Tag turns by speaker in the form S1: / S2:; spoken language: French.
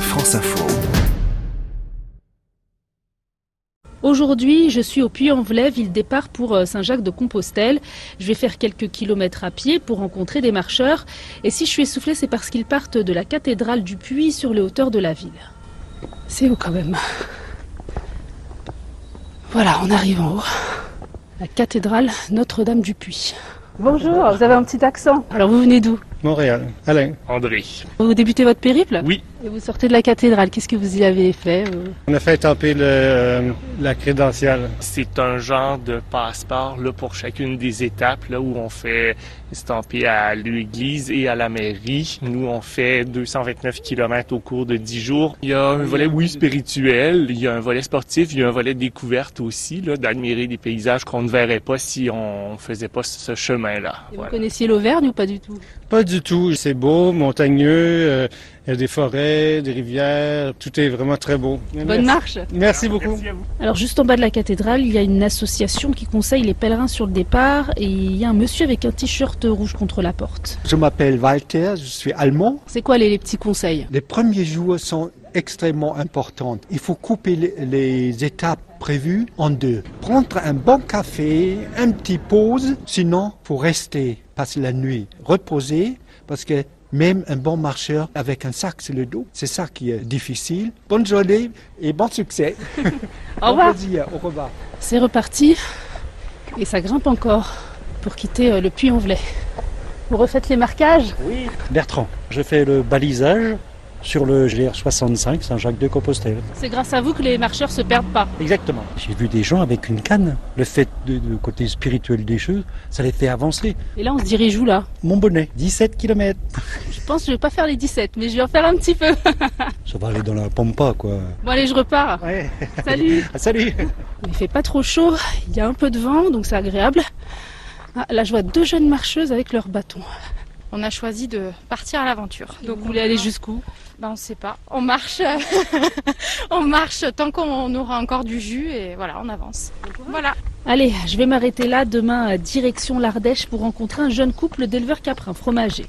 S1: Source Info.
S2: Aujourd'hui, je suis au Puy-en-Velay, ville départ pour euh, Saint-Jacques-de-Compostelle. Je vais faire quelques kilomètres à pied pour rencontrer des marcheurs. Et si je suis essoufflée, c'est parce qu'ils partent de la cathédrale du Puy sur les hauteurs de la ville.
S3: C'est haut quand même. Voilà, on arrive en haut. La cathédrale Notre-Dame du Puy.
S2: Bonjour, vous avez un petit accent.
S3: Alors vous venez d'où
S4: Montréal. Alain.
S5: André.
S3: Vous débutez votre périple
S5: Oui.
S3: Et vous sortez de la cathédrale. Qu'est-ce que vous y avez fait euh vous
S4: On a fait taper le, euh, la crédentiale.
S5: C'est un genre de passeport là, pour chacune des étapes là, où on fait estamper à l'église et à la mairie. Nous, on fait 229 km au cours de 10 jours. Il y a un volet, oui, spirituel, il y a un volet sportif, il y a un volet découverte aussi, là, d'admirer des paysages qu'on ne verrait pas si on faisait pas ce chemin-là.
S3: Et
S5: Voilà.
S3: Vous connaissiez l'Auvergne ou pas du tout
S4: Pas du tout. C'est beau, montagneux, euh, il y a des forêts, des rivières. Tout est vraiment très beau.
S5: Eh
S3: Bonne marche
S4: Merci beaucoup.
S5: Merci à vous.
S2: Alors juste en bas de la cathédrale, il y a une association qui conseille les pèlerins sur le départ. Et il y a un monsieur avec un t-shirt rouge contre la porte.
S6: Je m'appelle Walter, je suis allemand.
S3: C'est quoi les, les petits conseils
S6: Les premiers jours sont extrêmement importants. Il faut couper les, les étapes prévues en deux. Prendre un bon café, un petit pause, sinon faut rester, passer la nuit, reposer, parce que même un bon marcheur avec un sac sur le dos, c'est ça qui est difficile. Bonne journée et bon succès.
S3: Au revoir.
S6: Bon plaisir, au revoir.
S3: C'est reparti et ça grimpe encore pour quitter euh, le Puy-en-Velay. Vous refaites les marquages
S7: Bertrand. Je fais le balisage sur le GR 65 Saint-Jacques-de-Compostelle.
S3: C'est grâce à vous que les marcheurs se perdent pas.
S7: Exactement. J'ai vu des gens avec une canne. Le fait de, de côté spirituel des choses, ça les fait avancer.
S3: Et là on se dirige où là
S7: Mon bonnet, 17 km.
S3: Je pense que je vais pas faire les 17 mais je vais en faire un petit peu.
S7: Ça va aller dans la pampa, quoi.
S3: Bon allez je repars.
S7: Ouais.
S3: Salut
S7: Ah, salut
S3: Il fait pas trop chaud, il y a un peu de vent, donc c'est agréable. Ah, là, je vois deux jeunes marcheuses avec leurs bâtons.
S8: On a choisi de partir à l'aventure.
S3: Donc, vous
S8: on
S3: voulez aller
S8: a-
S3: jusqu'où
S8: ben, On sait pas. On marche, on marche tant qu'on aura encore du jus et voilà, on avance. Voilà.
S2: Allez, je vais m'arrêter là demain à direction l'Ardèche pour rencontrer un jeune couple d'éleveurs caprins fromagers.